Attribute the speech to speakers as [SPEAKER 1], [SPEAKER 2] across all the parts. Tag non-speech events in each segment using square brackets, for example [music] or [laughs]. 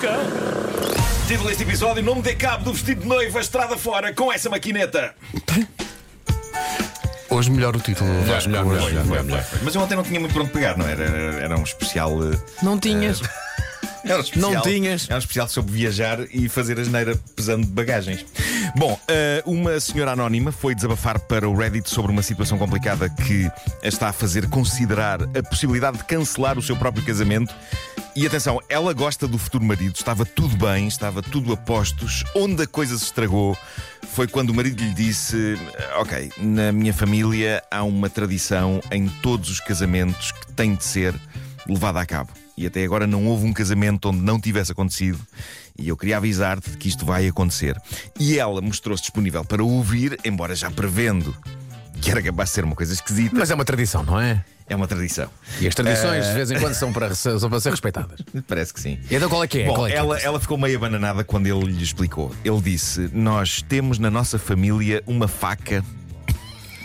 [SPEAKER 1] cão.
[SPEAKER 2] Título deste episódio: Não me dê cabo do vestido de noiva, estrada fora, com essa maquineta.
[SPEAKER 3] Hoje É, melhor o título. Vasco,
[SPEAKER 4] melhor,
[SPEAKER 3] hoje.
[SPEAKER 4] melhor, melhor, melhor, melhor.
[SPEAKER 2] Mas eu ontem não tinha muito para onde pegar, não era? Era, era um especial. eh,
[SPEAKER 3] Não
[SPEAKER 4] É.
[SPEAKER 3] tinhas.
[SPEAKER 2] Era um especial,
[SPEAKER 3] Não tinhas.
[SPEAKER 2] Era um especial sobre viajar e fazer a geneira pesando bagagens. Bom, eh, uma senhora anónima foi desabafar para o Reddit sobre uma situação complicada que a está a fazer considerar a possibilidade de cancelar o seu próprio casamento. E atenção, ela gosta do futuro marido, estava tudo bem, estava tudo a postos. Onde a coisa se estragou foi quando o marido lhe disse: eh, Ok, na minha família há uma tradição em todos os casamentos que tem de ser levada a cabo. E até agora não houve um casamento onde não tivesse acontecido. E eu queria avisar-te de que isto vai acontecer. E ela mostrou-se disponível para ouvir, embora já prevendo que era capaz de ser uma coisa esquisita.
[SPEAKER 4] Mas é uma tradição, não é?
[SPEAKER 2] É uma tradição.
[SPEAKER 4] E as
[SPEAKER 3] É.
[SPEAKER 4] tradições, de vez em quando, são para, são para ser respeitadas.
[SPEAKER 2] Parece que sim.
[SPEAKER 4] E então qual é que é?
[SPEAKER 2] Bom,
[SPEAKER 4] Qual é que é?
[SPEAKER 2] ela, ela ficou meio abananada quando ele lhe explicou. Ele disse: Nós temos na nossa família uma faca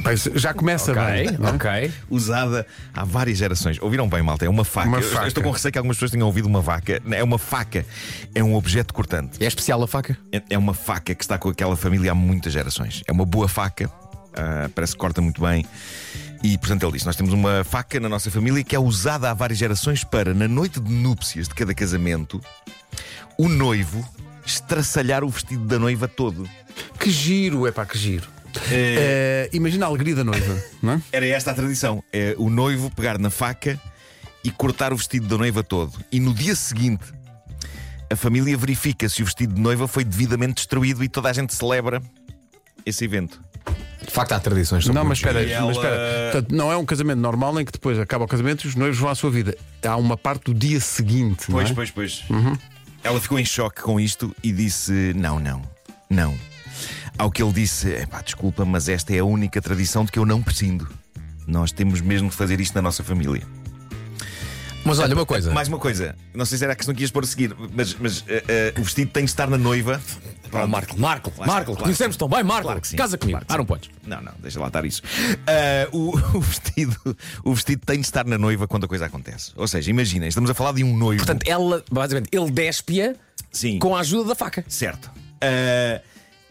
[SPEAKER 3] Bem, Já começa bem. não é?
[SPEAKER 4] Ok, ok.
[SPEAKER 2] usada há várias gerações. Ouviram bem, malta? É uma faca.
[SPEAKER 3] Uma
[SPEAKER 2] Eu- eu
[SPEAKER 3] faca.
[SPEAKER 2] estou com receio que algumas pessoas tenham ouvido uma vaca. É uma faca. É um objeto cortante.
[SPEAKER 4] É especial a faca?
[SPEAKER 2] É- É uma faca que está com aquela família há muitas gerações. É uma boa faca, ah, parece que corta muito bem. E, portanto, ele disse: Nós temos uma faca na nossa família que é usada há várias gerações para, na noite de núpcias de cada casamento, o noivo estraçalhar o vestido da noiva todo.
[SPEAKER 3] Que giro, é pá, que giro.
[SPEAKER 4] É.
[SPEAKER 3] Eh, imagina a alegria da noiva, não é?
[SPEAKER 2] Era esta a tradição: é o noivo pegar na faca e cortar o vestido da noiva todo. E no dia seguinte, a família verifica se o vestido de noiva foi devidamente destruído e toda a gente celebra esse evento.
[SPEAKER 4] De facto, há tradições.
[SPEAKER 3] Não, mas espera,
[SPEAKER 2] E ela-
[SPEAKER 3] mas espera. Portanto, não é um casamento normal em que depois acaba o casamento e os noivos vão à sua vida. Há uma parte do dia seguinte, não é?
[SPEAKER 2] Pois, pois, pois.
[SPEAKER 4] Uhum.
[SPEAKER 2] Ela ficou em choque com isto e disse: Não, não, não. Ao que ele disse: "Epá, Desculpa, mas esta é a única tradição de que eu não prescindo. Nós temos mesmo de fazer isto na nossa família.
[SPEAKER 4] Mas olha, uma coisa.
[SPEAKER 2] Mais uma coisa, não sei se era a questão que ias pôr a seguir, mas, mas eh, eh, o vestido tem de estar na noiva.
[SPEAKER 4] Pá, oh, Marco, Marco,
[SPEAKER 2] Claro,
[SPEAKER 4] Marco,
[SPEAKER 2] claro.
[SPEAKER 4] conhecemos tão bem, Marco.
[SPEAKER 2] Claro que sim.
[SPEAKER 4] Casa comigo. Ah, não podes.
[SPEAKER 2] Não, não, deixa lá estar isso. Ah, o, [laughs] o vestido, o vestido tem de estar na noiva quando a coisa acontece. Ou seja, imaginem, estamos a falar de um noivo.
[SPEAKER 4] Portanto, ela, basicamente, ele despia
[SPEAKER 2] Sim.
[SPEAKER 4] com a ajuda da faca.
[SPEAKER 2] Certo. Ah,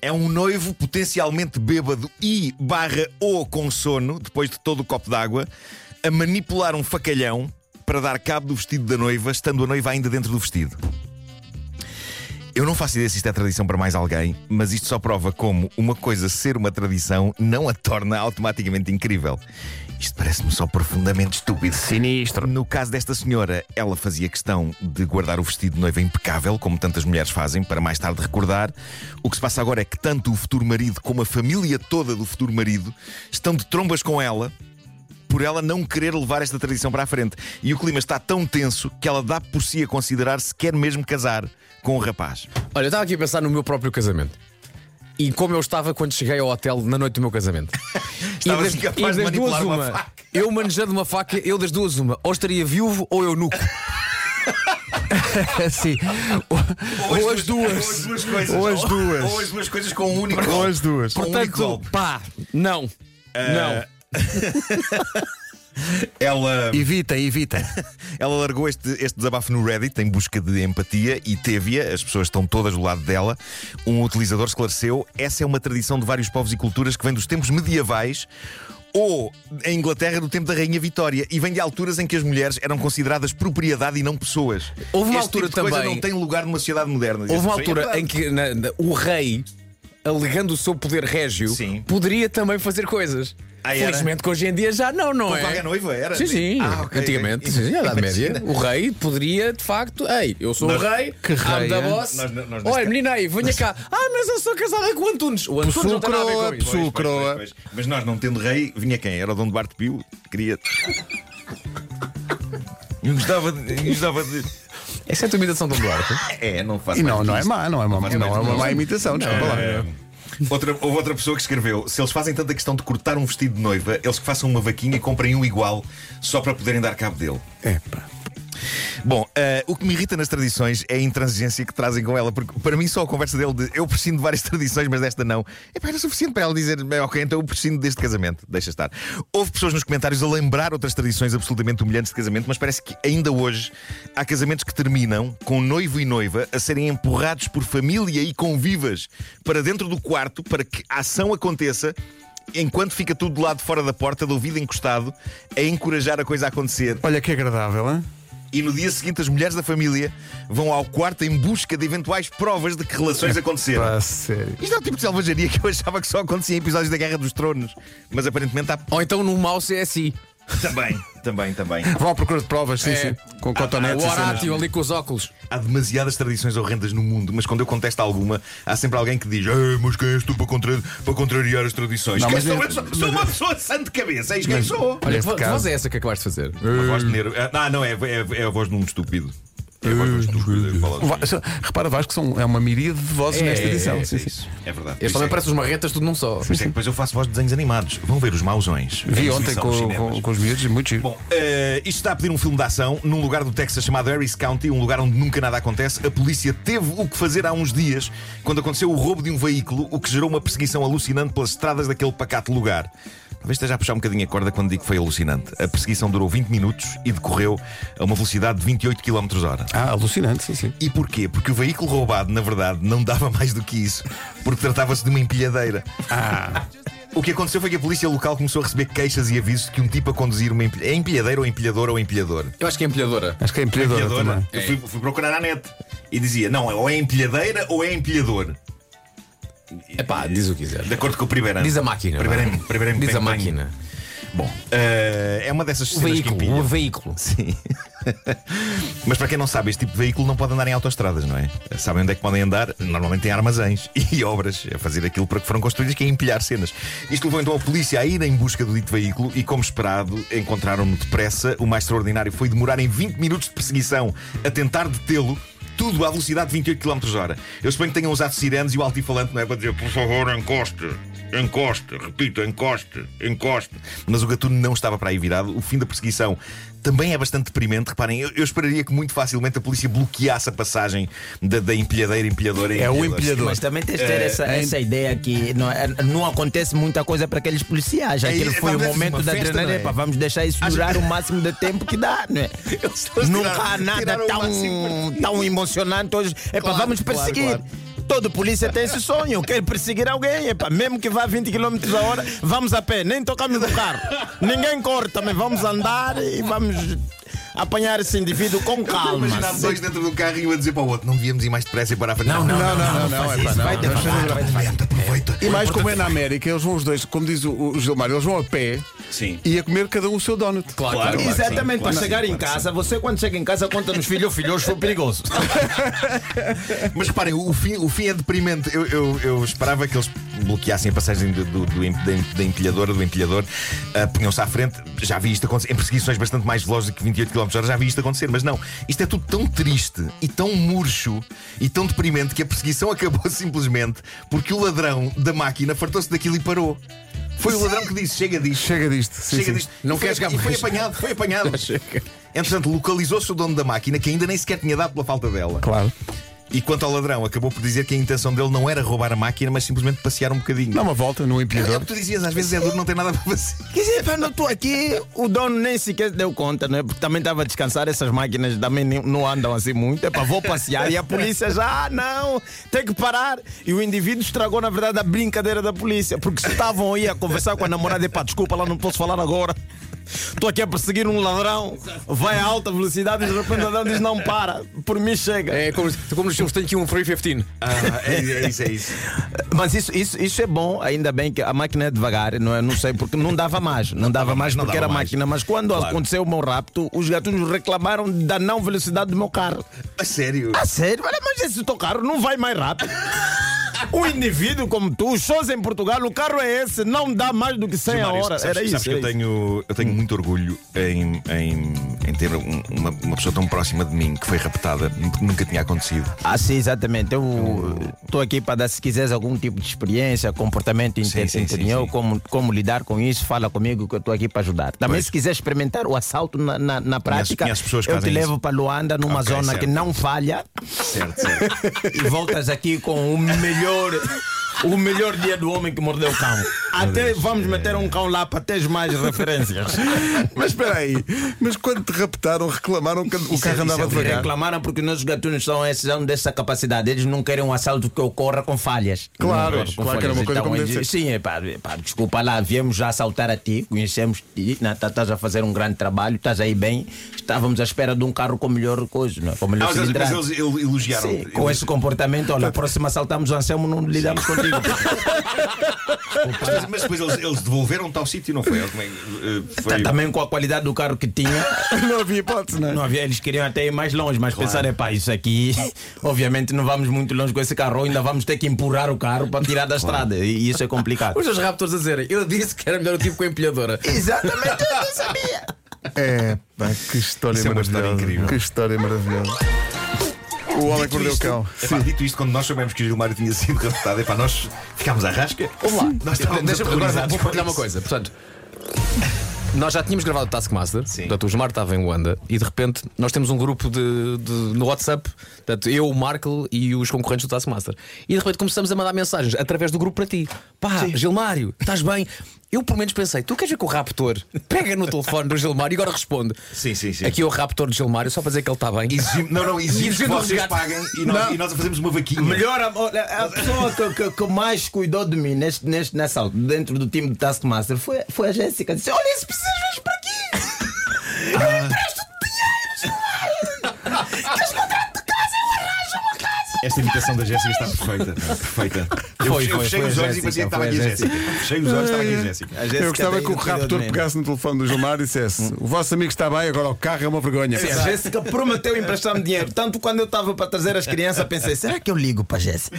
[SPEAKER 2] é um noivo potencialmente bêbado e barra ou com sono, depois de todo o copo d'água, a manipular um facalhão para dar cabo do vestido da noiva, estando a noiva ainda dentro do vestido. Eu não faço ideia se isto é tradição para mais alguém, mas isto só prova como uma coisa ser uma tradição não a torna automaticamente incrível. Isto parece-me só profundamente estúpido.
[SPEAKER 4] Sinistro.
[SPEAKER 2] No caso desta senhora, ela fazia questão de guardar o vestido de noiva impecável, como tantas mulheres fazem, para mais tarde recordar. O que se passa agora é que tanto o futuro marido como a família toda do futuro marido estão de trombas com ela por ela não querer levar esta tradição para a frente. E o clima está tão tenso que ela dá por si a considerar se quer mesmo casar com o rapaz.
[SPEAKER 4] Olha, eu estava aqui a pensar no meu próprio casamento. E como eu estava quando cheguei ao hotel na noite do meu casamento.
[SPEAKER 2] [laughs] Estavas incapaz de manipular uma [laughs] faca.
[SPEAKER 4] eu manejando uma faca, eu das duas uma, ou estaria viúvo ou
[SPEAKER 2] [laughs]
[SPEAKER 4] eu nuco.
[SPEAKER 3] Sim. Ou, ou as duas.
[SPEAKER 2] Ou as duas coisas.
[SPEAKER 3] Ou as duas.
[SPEAKER 2] Ou as duas coisas com um único
[SPEAKER 3] Ou
[SPEAKER 2] golpe.
[SPEAKER 3] as duas.
[SPEAKER 2] Com um único
[SPEAKER 4] Portanto,
[SPEAKER 2] golpe. Ah,
[SPEAKER 4] pá, não. Não.
[SPEAKER 2] Ela.
[SPEAKER 3] Evitem, evitem.
[SPEAKER 2] [laughs] Ela largou este, este desabafo no Reddit em busca de empatia e teve-a. As pessoas estão todas do lado dela. Um utilizador esclareceu: essa é uma tradição de vários povos e culturas que vem dos tempos medievais. Ou em Inglaterra, do tempo da Rainha Vitória, e vem de alturas em que as mulheres eram consideradas propriedade e não pessoas.
[SPEAKER 4] Houve uma
[SPEAKER 2] Este tipo
[SPEAKER 4] altura
[SPEAKER 2] de coisa
[SPEAKER 4] também-
[SPEAKER 2] não tem lugar numa sociedade moderna.
[SPEAKER 4] Houve
[SPEAKER 2] Isso
[SPEAKER 4] uma
[SPEAKER 2] é
[SPEAKER 4] altura
[SPEAKER 2] verdade.
[SPEAKER 4] em que na- na- o rei, alegando o seu poder régio,
[SPEAKER 2] Sim.
[SPEAKER 4] poderia também fazer coisas.
[SPEAKER 2] Ah, era?
[SPEAKER 4] Felizmente que hoje em dia já não, não
[SPEAKER 2] Com
[SPEAKER 4] é?
[SPEAKER 2] qualquer noiva, era?
[SPEAKER 4] Sim, sim.
[SPEAKER 2] Ah, ok.
[SPEAKER 4] Antigamente,
[SPEAKER 2] E-
[SPEAKER 4] sim, na Idade
[SPEAKER 2] e-
[SPEAKER 4] Média, o rei poderia, de facto, ei, eu sou
[SPEAKER 2] Nós-
[SPEAKER 4] o rei,
[SPEAKER 3] que
[SPEAKER 4] I'm
[SPEAKER 3] rei,
[SPEAKER 4] the
[SPEAKER 3] é?
[SPEAKER 4] boss.
[SPEAKER 2] Nós- nós- nós-
[SPEAKER 4] Olha, menina aí, venha cá. Ah, mas eu sou casada com o Antunes. O Antunes não tem nada a ver com
[SPEAKER 3] Pessoa
[SPEAKER 4] isso.
[SPEAKER 2] Pois, pois,
[SPEAKER 3] Sucroa.
[SPEAKER 2] pois, pois. Mas nós não tendo rei, vinha quem? Era o Dom Duarte Pio? Queria. Eu gostava de. Eu gostava de...
[SPEAKER 4] Essa é a tua imitação do Duarte.
[SPEAKER 2] É, não faço
[SPEAKER 3] E
[SPEAKER 2] mais
[SPEAKER 3] não,
[SPEAKER 2] que
[SPEAKER 3] não é
[SPEAKER 2] isto.
[SPEAKER 3] má, não é uma,
[SPEAKER 2] faz mais
[SPEAKER 3] não é uma
[SPEAKER 2] mal.
[SPEAKER 3] má imitação, desculpa lá.
[SPEAKER 2] É, Outra, houve outra pessoa que escreveu: se eles fazem tanta questão de cortar um vestido de noiva, eles que façam uma vaquinha e comprem um igual só para poderem dar cabo dele.
[SPEAKER 3] Epá.
[SPEAKER 2] Bom, eh, o que me irrita nas tradições é a intransigência que trazem com ela, porque para mim só a conversa dele de eu prescindo de várias [laughs] tradições, mas desta não, é para era suficiente para ela dizer, "Bem, ok, então eu prescindo deste casamento, deixa estar. Houve pessoas nos comentários a lembrar outras tradições absolutamente humilhantes de casamento, mas parece que ainda hoje há casamentos que terminam com noivo e noiva a serem empurrados por família e convivas para dentro do quarto para que a ação aconteça enquanto fica tudo do lado de fora da porta, do ouvido encostado, a encorajar a coisa a acontecer.
[SPEAKER 3] Olha que agradável, hein?
[SPEAKER 2] E no dia seguinte, as mulheres da família vão ao quarto em busca de eventuais provas de que relações aconteceram.
[SPEAKER 3] É. Pá, sério.
[SPEAKER 2] Isto é o tipo de selvageria que eu achava que só acontecia em episódios da Guerra dos Tronos. Mas aparentemente há.
[SPEAKER 4] [laughs] Ou então num mau CSI.
[SPEAKER 2] Também, também, também.
[SPEAKER 3] Vão à procura de provas, sim,
[SPEAKER 4] É.
[SPEAKER 3] sim. Com
[SPEAKER 4] O
[SPEAKER 3] cotonetes. e cenas.
[SPEAKER 4] Horácio ali com os óculos.
[SPEAKER 2] Há demasiadas tradições horrendas no mundo, mas quando eu contesto alguma, há sempre alguém que diz: Ei, mas quem és tu para, contra- para contrariar as tradições?
[SPEAKER 3] Não,
[SPEAKER 2] Quem
[SPEAKER 3] mas
[SPEAKER 2] sou,
[SPEAKER 3] é-
[SPEAKER 2] eu? sou, sou uma pessoa sã de cabeça, é eis quem sou.
[SPEAKER 4] Olha, que
[SPEAKER 3] Neste
[SPEAKER 4] vo- que
[SPEAKER 3] caso.
[SPEAKER 4] voz é essa que acabaste de fazer?
[SPEAKER 2] Uma voz de negro.
[SPEAKER 3] eh,
[SPEAKER 2] Ah, não, é, é, é a voz de um estúpido. É a voz de um estúpido. que fala assim.
[SPEAKER 3] Va- só- Repara, Vasco, são, é uma miríade de vozes
[SPEAKER 4] É,
[SPEAKER 3] nesta
[SPEAKER 4] é,
[SPEAKER 3] edição.
[SPEAKER 2] É,
[SPEAKER 3] sim,
[SPEAKER 2] é
[SPEAKER 3] sim.
[SPEAKER 2] isso. É verdade.
[SPEAKER 4] Este
[SPEAKER 2] Por isso
[SPEAKER 4] também
[SPEAKER 2] é-
[SPEAKER 4] parece umas retas, tudo num só.
[SPEAKER 2] Por isso é que depois eu faço voz de desenhos animados. Vão ver os mausões. É
[SPEAKER 3] Vi
[SPEAKER 2] exibição
[SPEAKER 3] ontem
[SPEAKER 2] nos
[SPEAKER 3] com,
[SPEAKER 2] cinemas.
[SPEAKER 3] com- com os miúdos, muito giro.
[SPEAKER 2] Bom, eh, isto está a pedir um filme de ação num lugar do Texas chamado Harris County, um lugar onde nunca nada acontece. A polícia teve o que fazer há uns dias quando aconteceu o roubo de um veículo, o que gerou uma perseguição alucinante pelas estradas daquele pacato lugar. Talvez esteja a puxar um bocadinho a corda quando digo que foi alucinante. A perseguição durou 20 minutos e decorreu a uma velocidade de 28 km hora.
[SPEAKER 3] Ah, alucinante, sim, sim.
[SPEAKER 2] E porquê? Porque o veículo roubado, na verdade, não dava mais do que isso, porque tratava-se de uma empilhadeira. Ah. O que aconteceu foi que a polícia local começou a receber queixas e avisos de que um tipo a conduzir uma empilhadeira. É empilhadeira ou empilhador ou empilhador?
[SPEAKER 4] Eu acho que é empilhadora.
[SPEAKER 3] Acho que é empilhadora
[SPEAKER 2] Empilhadora.
[SPEAKER 3] também.
[SPEAKER 2] Eu fui, fui procurar na net e dizia: não, ou é empilhadeira ou é empilhador.
[SPEAKER 4] Epá, diz o que quiser.
[SPEAKER 2] De acordo com o primeiro ano.
[SPEAKER 4] Diz a máquina,
[SPEAKER 2] Primeiro,
[SPEAKER 4] vá.
[SPEAKER 2] ano- primeiro é um ano
[SPEAKER 4] Diz a
[SPEAKER 2] bem- bem-
[SPEAKER 4] máquina.
[SPEAKER 2] Bom, eh, é uma dessas
[SPEAKER 4] O
[SPEAKER 2] cenas que
[SPEAKER 4] veículo,
[SPEAKER 2] empilham.
[SPEAKER 4] o veículo.
[SPEAKER 2] Sim. Mas para quem não sabe, este tipo de veículo não pode andar em autoestradas, não é? Sabem onde é que podem andar? Normalmente em armazéns [laughs] e obras, a fazer aquilo para que foram construídas, que é empilhar cenas. Isto levou então a polícia a ir em busca do dito veículo e, como esperado, encontraram-no depressa. O mais extraordinário foi demorarem 20 minutos de perseguição a tentar detê-lo. Tudo à velocidade de 28 km hora. Eu suponho que tenham usado sirenes e o altifalante não é para dizer por favor encoste, encoste, repito, encoste, encoste. Mas o gatuno não estava para aí virado. O fim da perseguição também é bastante deprimente. Reparem, eu, eu esperaria que muito facilmente a polícia bloqueasse a passagem da, da empilhadeira, empilhadora em
[SPEAKER 3] É o
[SPEAKER 2] empilhador. É,
[SPEAKER 3] empilhador.
[SPEAKER 1] Mas também tens de ter essa, essa ideia que não, é- não acontece muita coisa para aqueles policiais.
[SPEAKER 2] É,
[SPEAKER 1] Aquele
[SPEAKER 2] é,
[SPEAKER 1] foi
[SPEAKER 2] vamos
[SPEAKER 1] o
[SPEAKER 2] fazer
[SPEAKER 1] momento
[SPEAKER 2] uma
[SPEAKER 1] da
[SPEAKER 2] festa,
[SPEAKER 1] adrenalina.
[SPEAKER 2] não é?
[SPEAKER 1] pá, Vamos deixar isso durar o máximo de tempo que dá, não é?
[SPEAKER 2] eles
[SPEAKER 1] Nunca
[SPEAKER 2] tiraram-
[SPEAKER 1] há nada
[SPEAKER 2] tiraram o máximo
[SPEAKER 1] tão, tão emocionante hoje. É para
[SPEAKER 4] Claro,
[SPEAKER 1] vamos
[SPEAKER 4] claro,
[SPEAKER 1] perseguir.
[SPEAKER 4] claro.
[SPEAKER 1] Todo polícia tem esse sonho, quer perseguir alguém, epá, mesmo que vá 20 km a hora, vamos a pé, nem tocamos no carro. Ninguém corre também, vamos andar e vamos apanhar esse indivíduo com calma.
[SPEAKER 2] Imaginar dois dentro do carro e um a dizer para o outro: não devíamos ir mais depressa e parar para
[SPEAKER 4] Não, não,
[SPEAKER 3] não, não, não, é pá, não.
[SPEAKER 1] vai
[SPEAKER 3] Vamos fazer-
[SPEAKER 1] devagar, vai devagar.
[SPEAKER 2] aproveita.
[SPEAKER 3] E mais como é na América, eles vão os dois, como diz o- o Gilmar, eles vão a pé
[SPEAKER 2] Sim.
[SPEAKER 3] e a comer cada um o seu donut.
[SPEAKER 4] Claro,
[SPEAKER 2] Claro.
[SPEAKER 4] claro.
[SPEAKER 1] Exatamente,
[SPEAKER 2] claro,
[SPEAKER 1] para
[SPEAKER 2] sim,
[SPEAKER 1] chegar em
[SPEAKER 2] claro,
[SPEAKER 1] casa, você quando chega em casa conta [laughs] nos filhos, filhos hoje foi perigoso.
[SPEAKER 2] Mas reparem, o fim, o fim é deprimente. Eu, eu- eu esperava que eles bloqueassem a passagem do, do, do em- da em- da empilhadora, do empilhador, ah, punham-se à frente. Já vi isto acontecer. Em perseguições bastante mais velozes do que 28 km/h, já vi isto acontecer. Mas não, isto é tudo tão triste e tão murcho e tão deprimente que a perseguição [laughs] acabou simplesmente porque o ladrão da máquina fartou-se daquilo e parou. Foi o ladrão que disse: chega disto.
[SPEAKER 3] Chega disto. sim,
[SPEAKER 2] Chega
[SPEAKER 3] sim.
[SPEAKER 2] disto.
[SPEAKER 4] Não
[SPEAKER 2] E foi,
[SPEAKER 4] quer chegar
[SPEAKER 2] e foi
[SPEAKER 4] mais.
[SPEAKER 2] apanhado, foi apanhado. Entretanto, localizou-se o dono da máquina que ainda nem sequer tinha dado pela falta dela.
[SPEAKER 3] Claro.
[SPEAKER 2] E quanto ao ladrão, acabou por dizer que a intenção dele não era roubar a máquina, mas simplesmente passear um bocadinho.
[SPEAKER 3] Dá uma volta no
[SPEAKER 2] É o
[SPEAKER 3] empilhador.
[SPEAKER 2] que tu dizias, às vezes é duro não ter nada para fazer.
[SPEAKER 1] Quer dizer, pá, não estou aqui, o dono nem sequer deu conta, não é? Porque também estava a descansar, essas máquinas também nem- não andam assim muito, é para vou passear e a polícia já, ah, não, tem que parar. E o indivíduo estragou, na verdade, a brincadeira da polícia, porque se estavam aí a conversar com a namorada, e pá, desculpa, lá não posso falar agora. Estou aqui a perseguir um ladrão, vai a alta velocidade e de repente o ladrão diz: não para, por mim chega.
[SPEAKER 4] É como, como nos filmes, tenho aqui um 315.
[SPEAKER 2] é, isso, é isso.
[SPEAKER 1] Mas isso, isso, isso é bom, ainda bem que a máquina é devagar, não, é? não sei, porque não dava mais. Não dava mais
[SPEAKER 2] não
[SPEAKER 1] porque
[SPEAKER 2] dava
[SPEAKER 1] era
[SPEAKER 2] mais.
[SPEAKER 1] máquina. Mas quando
[SPEAKER 2] Claro.
[SPEAKER 1] aconteceu o meu rapto, os gatunos reclamaram da não velocidade do meu carro.
[SPEAKER 2] A sério. [laughs]
[SPEAKER 1] A sério? Olha, mas esse teu carro não vai mais rápido. Um indivíduo como tu, os shows em Portugal, o carro é esse, não dá mais do que 100 a
[SPEAKER 2] Mário,
[SPEAKER 1] hora.
[SPEAKER 2] sabes-
[SPEAKER 1] era
[SPEAKER 2] sabes
[SPEAKER 1] isso.
[SPEAKER 2] que
[SPEAKER 1] era
[SPEAKER 2] eu tenho, eu tenho muito orgulho em, em, em ter um- uma, uma pessoa tão próxima de mim que foi raptada, nunca- nunca tinha acontecido.
[SPEAKER 1] Ah, sim, exatamente. Eu estou aqui para dar, se quiseres, algum tipo de experiência, comportamento inter
[SPEAKER 2] sim, sim,
[SPEAKER 1] interior,
[SPEAKER 2] sim.
[SPEAKER 1] Como, como lidar com isso, fala comigo que eu estou aqui para ajudar. Também,
[SPEAKER 2] Pois.
[SPEAKER 1] se quiser experimentar o assalto na, na, na prática,
[SPEAKER 2] conheço pessoas que
[SPEAKER 1] eu te
[SPEAKER 2] fazem
[SPEAKER 1] levo
[SPEAKER 2] isso.
[SPEAKER 1] para Luanda, numa
[SPEAKER 2] Ok,
[SPEAKER 1] zona
[SPEAKER 2] certo.
[SPEAKER 1] que não falha,
[SPEAKER 2] Certo, certo. [laughs]
[SPEAKER 1] e voltas aqui com o melhor. O melhor dia do homem que mordeu o cão. Até vamos meter um cão lá para teres mais referências.
[SPEAKER 3] Mas espera aí, mas quando te raptaram, reclamaram que o
[SPEAKER 1] Isso é-
[SPEAKER 3] carro andava
[SPEAKER 1] isso é verdade.
[SPEAKER 3] devagar.
[SPEAKER 1] Reclamaram porque os nossos gatunos são esses, são dessa capacidade. Eles não querem um assalto que ocorra com falhas.
[SPEAKER 3] Claro,
[SPEAKER 1] Não ocorre com
[SPEAKER 3] claro que era uma
[SPEAKER 1] falhas.
[SPEAKER 3] coisa
[SPEAKER 1] Então,
[SPEAKER 3] como
[SPEAKER 1] eles-
[SPEAKER 3] deve
[SPEAKER 1] Sim, é pá, é pá, desculpa lá, viemos já assaltar a ti, conhecemos-te, né, tá- estás a fazer um grande trabalho, estás aí bem. Estávamos à espera de um carro com melhor coisa, não é? com melhor
[SPEAKER 2] Ah, mas eles- mas
[SPEAKER 1] cilindrada.
[SPEAKER 2] eles el- elogiaram.
[SPEAKER 1] Sim, com esse comportamento,
[SPEAKER 3] [laughs]
[SPEAKER 1] olha, a próxima assaltamos o Anselmo, não lidamos contigo.
[SPEAKER 2] Mas, mas depois eles, eles devolveram-te ao sítio, não foi? Ou como é que, eh, foi-
[SPEAKER 1] Também com a qualidade do carro que tinha.
[SPEAKER 3] [laughs] Não havia hipótese, não é?
[SPEAKER 1] Não havia, eles queriam até ir mais longe, mas pensaram, pá, isso aqui, [laughs] obviamente não vamos muito longe com esse carro, ainda vamos ter que empurrar o carro para tirar da estrada. E isso é complicado.
[SPEAKER 4] Os dois raptors a dizerem, eu disse que era melhor o tipo com a empilhadora.
[SPEAKER 1] [laughs] Exatamente, eu não sabia.
[SPEAKER 3] É, pá, que história
[SPEAKER 2] Isso é uma história
[SPEAKER 3] maravilhosa.
[SPEAKER 2] incrível.
[SPEAKER 3] Que história maravilhosa. O
[SPEAKER 4] é
[SPEAKER 3] homem que
[SPEAKER 2] Dito
[SPEAKER 3] mordeu o
[SPEAKER 2] isto-
[SPEAKER 3] cão.
[SPEAKER 2] Epá, dito isto, quando nós sabemos que o Gilmário tinha sido raptado, epá, nós ficámos à rasca.
[SPEAKER 4] Vamos lá.
[SPEAKER 2] Nós estávamos
[SPEAKER 4] Deixa-me agora
[SPEAKER 2] aterrorizados
[SPEAKER 4] vou
[SPEAKER 2] com
[SPEAKER 4] partilhar uma
[SPEAKER 2] isso.
[SPEAKER 4] coisa. Portanto, nós já tínhamos gravado o Taskmaster.
[SPEAKER 2] Sim.
[SPEAKER 4] Portanto, o Gilmar estava em Luanda e de repente nós temos um grupo de, de- no WhatsApp. Portanto, eu, o Marco e os concorrentes do Taskmaster. E de repente começamos a mandar mensagens através do grupo para ti. Pá, Gilmário, estás bem? Eu pelo menos pensei, tu queres ver que o raptor pega no telefone do Gilmário e agora responde.
[SPEAKER 2] Sim, sim, sim.
[SPEAKER 4] Aqui é o raptor de Gilmário, só para dizer que ele está bem.
[SPEAKER 2] Exigimos- não, não,
[SPEAKER 4] E
[SPEAKER 2] exigimos que
[SPEAKER 4] exigindo o
[SPEAKER 2] vocês
[SPEAKER 4] resgate.
[SPEAKER 2] paguem e nós, e nós fazemos uma vaquinha.
[SPEAKER 1] Melhor, a- olha, a pessoa que, que- que mais cuidou de mim neste, neste nessa, altura, dentro do time do Taskmaster foi, foi a Jéssica. Disse: Olha, se precisas, vens para aqui. Eu empresto-te dinheiro. Queres comprar de casa? Eu arranjo uma casa.
[SPEAKER 2] Esta imitação da Jéssica está perfeita. está Perfeita. Eu,
[SPEAKER 4] Foi,
[SPEAKER 2] fechei- eu
[SPEAKER 4] foi,
[SPEAKER 2] fechei
[SPEAKER 4] foi
[SPEAKER 2] os
[SPEAKER 4] a
[SPEAKER 2] olhos e
[SPEAKER 4] Jéssica,
[SPEAKER 2] parecia que estava aqui
[SPEAKER 4] foi a
[SPEAKER 2] a Jéssica. Fechei os olhos estava aqui a assim, Jéssica.
[SPEAKER 1] A Jéssica
[SPEAKER 3] Eu gostava
[SPEAKER 1] tem
[SPEAKER 3] que o
[SPEAKER 1] um cuidado
[SPEAKER 3] raptor
[SPEAKER 1] de mim.
[SPEAKER 3] pegasse no telefone do Gilmar e
[SPEAKER 2] Hum.
[SPEAKER 3] dissesse: O vosso amigo está bem, agora o carro é uma vergonha.
[SPEAKER 1] Sim, a Jéssica prometeu emprestar-me dinheiro. Tanto quando eu estava para trazer as crianças, pensei: será que eu ligo para a Jéssica?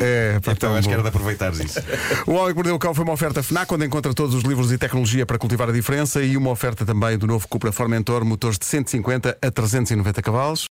[SPEAKER 3] É, pá,
[SPEAKER 2] Então
[SPEAKER 3] tão
[SPEAKER 2] acho que
[SPEAKER 3] bom.
[SPEAKER 2] era de aproveitares isso.
[SPEAKER 3] O Homem que Mordeu o Cão foi uma oferta FNAC, onde encontra todos os livros e tecnologia para cultivar a diferença, e uma oferta também do novo Cupra Formentor, motores de 150 a 390 cavalos.